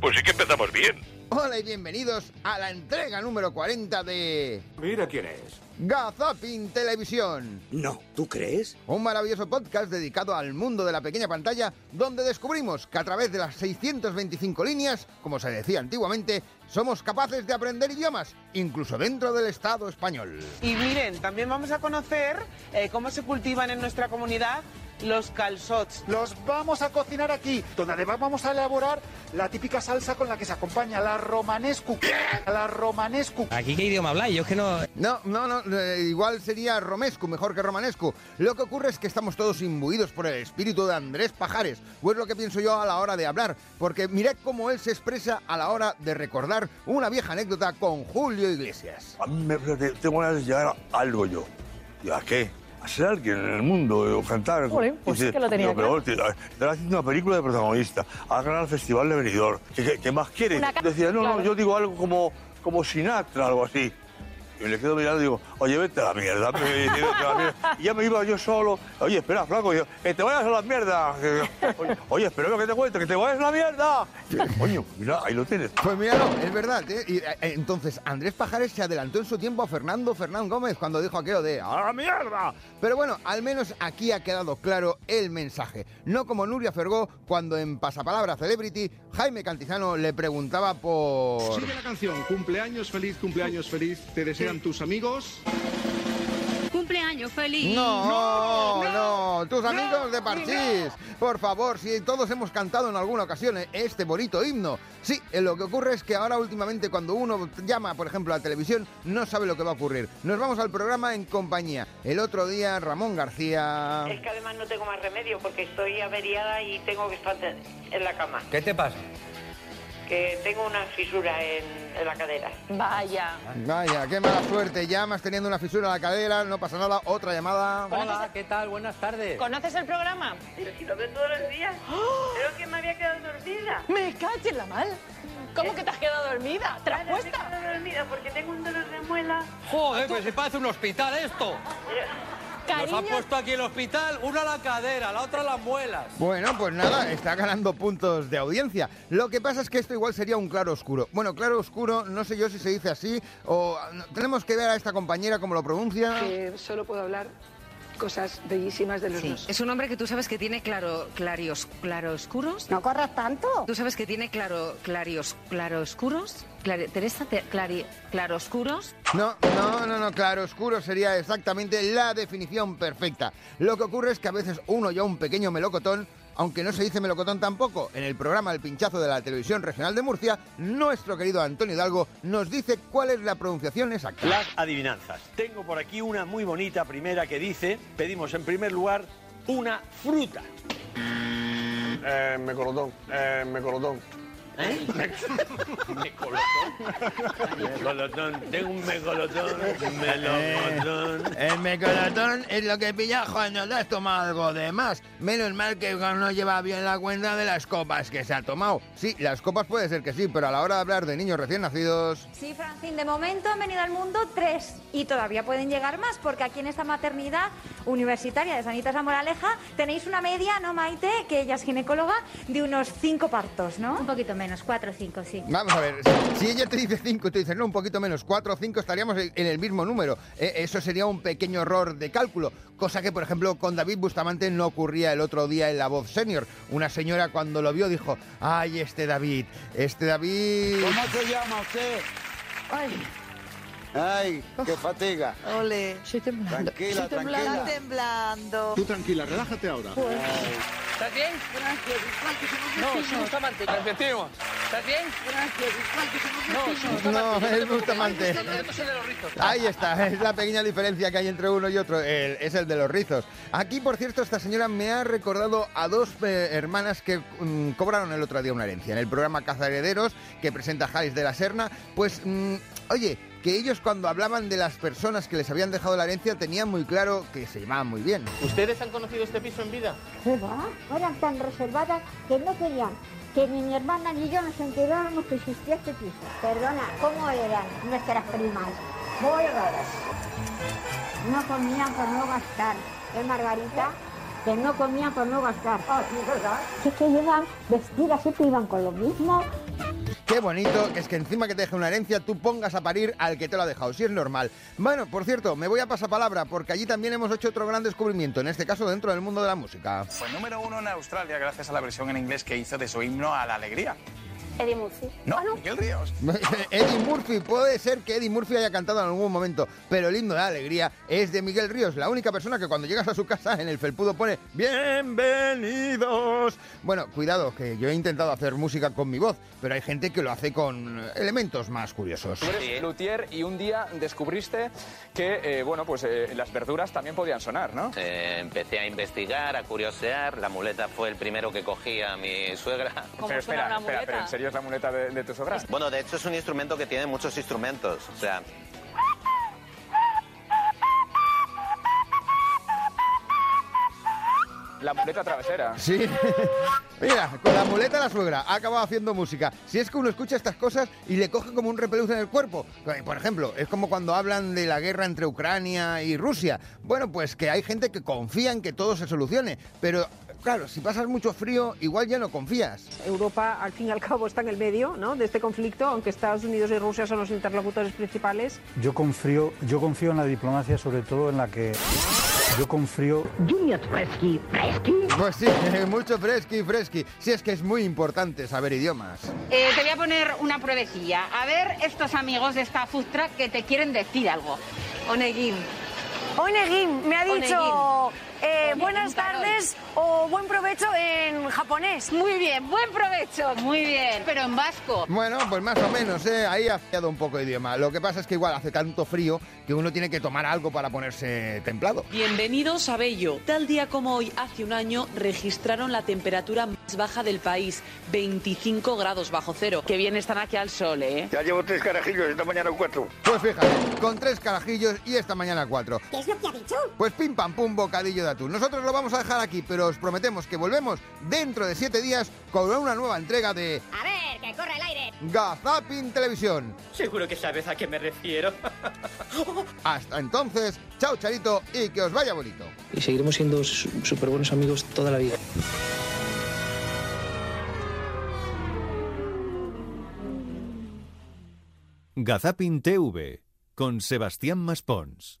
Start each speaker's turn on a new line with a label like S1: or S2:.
S1: Pues sí que empezamos bien.
S2: Hola y bienvenidos a la entrega número 40 de
S1: Mira quién es.
S2: Gazapin Televisión.
S3: No, ¿tú crees?
S2: Un maravilloso podcast dedicado al mundo de la pequeña pantalla donde descubrimos que a través de las 625 líneas, como se decía antiguamente, somos capaces de aprender idiomas, incluso dentro del Estado español.
S4: Y miren, también vamos a conocer eh, cómo se cultivan en nuestra comunidad los calzots.
S5: Los vamos a cocinar aquí, donde además vamos a elaborar la típica salsa con la que se acompaña la romanescu. La romanescu.
S6: ¿Aquí qué idioma habláis? Yo es que no...
S2: No, no, no, eh, igual sería romescu mejor que romanescu. Lo que ocurre es que estamos todos imbuidos por el espíritu de Andrés Pajares, o es lo que pienso yo a la hora de hablar, porque mirad cómo él se expresa a la hora de recordar una vieja anécdota con Julio Iglesias.
S7: A mí me parece- tengo ganas de llegar a algo yo. ¿Y a qué? A ser alguien en el mundo, o cantar.
S8: Jolín, pues sí
S7: Dice,
S8: que lo tenía
S7: "No, pero hostia, estará haciendo una película de protagonista, ha ganado el Festival de Benidorm. ¿Qué, qué- qué más quiere?
S8: Una ca-
S7: Decía, no,
S8: claro.
S7: no, yo digo algo como, como Sinatra, algo así. Y me le quedo mirando y digo, oye, vete a la mierda. me- me- vete a la mierda. Y ya me iba yo solo. Oye, espera, flaco, y yo, que te vayas a la mierda. Oye, Oye, espera que te cuente, que te vayas a la mierda. Y yo, Coño, mira, ahí lo tienes.
S2: Pues míralo, es verdad. ¿eh? Y, eh, entonces, Andrés Pajares se adelantó en su tiempo a Fernando Fernán Gómez cuando dijo aquello de ¡A la mierda! Pero bueno, al menos aquí ha quedado claro el mensaje. No como Nuria Fergó cuando en Pasapalabra Celebrity, Jaime Cantizano le preguntaba por...
S9: Sigue la canción. Cumpleaños feliz, cumpleaños feliz. Te desean tus amigos.
S8: Cumpleaños feliz.
S2: No, no, tus amigos de Parchís. Por favor, si todos hemos cantado en alguna ocasión eh, este bonito himno. Sí, eh, lo que ocurre es que ahora últimamente cuando uno llama, por ejemplo, a la televisión, no sabe lo que va a ocurrir. Nos vamos al programa en compañía. El otro día, Ramón García...
S4: que además no tengo más remedio porque estoy averiada y tengo que estar en la cama.
S6: ¿Qué te pasa?
S4: Que tengo una fisura en, la cadera.
S8: Vaya.
S2: Vaya, qué mala suerte. Llamas teniendo una fisura en la cadera, no pasa nada. Otra llamada...
S6: Hola, ¿qué tal? Buenas tardes.
S8: ¿Conoces el programa?
S4: Y lo veo todos los días. Creo que me había quedado dormida.
S8: Me caché la mal. ¿Cómo que te has quedado dormida?
S4: Ana, me he
S8: ¿Traspuesta?
S4: quedado dormida porque tengo un dolor de muela.
S6: Joder, pues se parece un hospital esto. Nos
S8: Cariño,
S6: han puesto aquí el hospital, una a la cadera, la otra a las muelas.
S2: Bueno, pues nada, está ganando puntos de audiencia. Lo que pasa es que esto igual sería un claro oscuro. Bueno, claro oscuro, no sé yo si se dice así o no, tenemos que ver a esta compañera cómo lo pronuncia.
S4: solo puedo hablar cosas bellísimas de los dos.
S8: Es un hombre que tú sabes que tiene claro, clarios, claroscuros.
S4: No corras tanto.
S8: ¿Tú sabes que tiene claro, clarios, claroscuros? Clari- Teresa, te- clari- claroscuros.
S2: No, no, no, no, claro oscuro sería exactamente la definición perfecta. Lo que ocurre es que a veces uno ya un pequeño melocotón, aunque no se dice melocotón tampoco, en el programa El Pinchazo de la Televisión Regional de Murcia, nuestro querido Antonio Hidalgo nos dice cuál es la pronunciación exacta.
S10: Las adivinanzas. Tengo por aquí una muy bonita primera que dice, pedimos en primer lugar una fruta.
S9: Eh, me colotón. Eh, me colotón.
S10: Mecolotón, tengo un mecolotón,
S2: Eh,
S10: melocotón.
S2: El mecolotón es lo que pilla cuando te has tomado algo de más. Menos mal que no lleva bien la cuenta de las copas que se ha tomado. Sí, las copas puede ser que sí, pero a la hora de hablar de niños recién nacidos...
S8: Sí, Francín, de momento han venido al mundo tres y todavía pueden llegar más porque aquí en esta maternidad universitaria de Sanitas La Moraleja tenéis una media, ¿no, Maite? Que ella es ginecóloga, de unos cinco partos, ¿no? Un poquito menos, cuatro o cinco, sí.
S2: Vamos a ver, si ella te dice 5 y tú dices, no, un poquito menos, 4 o 5 estaríamos en en el mismo número. Eh, eso sería un pequeño error de cálculo, cosa que, por ejemplo, con David Bustamante no ocurría el otro día en La Voz Senior. Una señora cuando lo vio dijo, ay, este David, este David...
S5: se llama usted?
S4: Ay,
S5: Ay, qué fatiga.
S4: ole.
S8: Estoy temblando.
S5: Tranquila, tranquila.
S4: temblando.
S9: Tú tranquila, relájate ahora.
S6: ¿Estás bien? No, soy
S11: Ah.
S6: Bustamante. Repetimos. ¿Estás bien? No, soy Bustamante.
S2: No, es Bustamante.
S6: Yo soy de los rizos.
S2: Ahí está, es la pequeña diferencia que hay entre uno y otro, el- es el de los rizos. Aquí, por cierto, esta señora me ha recordado a dos eh, hermanas que mm, cobraron el otro día una herencia, en el programa Caza Herederos, que presenta Jalis de la Serna, pues, mm, oye, que ellos cuando hablaban de las personas que les habían dejado la herencia tenían muy claro que se llevaban muy bien.
S6: ¿Ustedes han conocido este piso en vida?
S8: ¿Qué va? Eran tan reservadas que no querían que ni mi hermana ni yo nos enteráramos que existía este piso. Perdona, ¿cómo eran nuestras primas?
S3: muy raras. No comían por no gastar. Es Margarita que no comían por no gastar. Ah, sí, ¿verdad? Que, que llevan vestidas, siempre iban con lo mismo.
S2: Qué bonito que es que encima que te deje una herencia tú pongas a parir al que te lo ha dejado, si es normal. Bueno, por cierto, me voy a pasar palabra porque allí también hemos hecho otro gran descubrimiento, en este caso dentro del mundo de la música.
S12: Fue número uno en Australia gracias a la versión en inglés que hizo de su himno a la alegría.
S3: Eddie Murphy.
S8: Ah,
S12: No, Miguel Ríos.
S2: Eddie Murphy, puede ser que Eddie Murphy haya cantado en algún momento, pero el himno de la alegría es de Miguel Ríos, la única persona que cuando llegas a su casa en el felpudo pone Bienvenidos. Bueno, cuidado, que yo he intentado hacer música con mi voz, pero hay gente que lo hace con eh, elementos más curiosos.
S13: Tú eres luthier y un día descubriste que, eh, bueno, pues eh, las verduras también podían sonar, ¿no?
S14: Eh, empecé a investigar, a curiosear. La muleta fue el primero que cogí a mi suegra.
S13: pero espera, espera, pero ¿en serio es la muleta de, de tu sogra?
S14: Bueno, de hecho es un instrumento que tiene muchos instrumentos. O sea,
S13: La muleta travesera.
S2: Sí. Mira, con la muleta la suegra ha acabado haciendo música. Si es que uno escucha estas cosas y le coge como un repelús en el cuerpo. Eh, Por ejemplo, es como cuando hablan de la guerra entre Ucrania y Rusia. Bueno, pues que hay gente que confía en que todo se solucione. Pero, claro, si pasas mucho frío, igual ya no confías.
S15: Europa, al fin y al cabo, está en el medio ¿no? de este conflicto, aunque Estados Unidos y Rusia son los interlocutores principales.
S16: Yo confío, yo confío en la diplomacia, sobre todo en la que yo confío. Junior Fresky,
S2: Pues sí, mucho fresqui, fresqui. Si es que es muy importante saber idiomas.
S11: Eh, te voy a poner una pruebecilla. A ver, estos amigos de esta food truck que te quieren decir algo. Onegin.
S17: Onegin, me ha
S11: Onegin.
S17: dicho eh,
S11: Onegin,
S17: buenas
S11: Carol.
S17: tardes o buen provecho en japonés.
S11: Muy bien, buen provecho. Muy bien, pero en vasco.
S2: Bueno, pues más o menos, ¿eh? Ahí ha fallado un poco de idioma. Lo que pasa es que igual hace tanto frío que uno tiene que tomar algo para ponerse templado.
S18: Bienvenidos a Bello. Tal día como hoy, hace un año, registraron la temperatura más baja del país, 25 grados bajo cero. Que bien están aquí al sol, ¿eh?
S1: Ya llevo tres carajillos, esta mañana cuatro.
S2: Pues fíjate, con tres carajillos y esta mañana cuatro. ¿Qué es lo que ha dicho? Pues pim pam pum, bocadillo de atún. Nosotros lo vamos a dejar aquí, pero os prometemos que volvemos dentro de siete días con una nueva entrega de
S19: A ver, que corre el aire.
S2: Gazapin Televisión.
S19: Seguro que sabes a qué me refiero.
S2: Hasta entonces, chao charito y que os vaya bonito.
S20: Y seguiremos siendo súper buenos amigos toda la vida.
S21: Gazapin TV con Sebastián Maspons.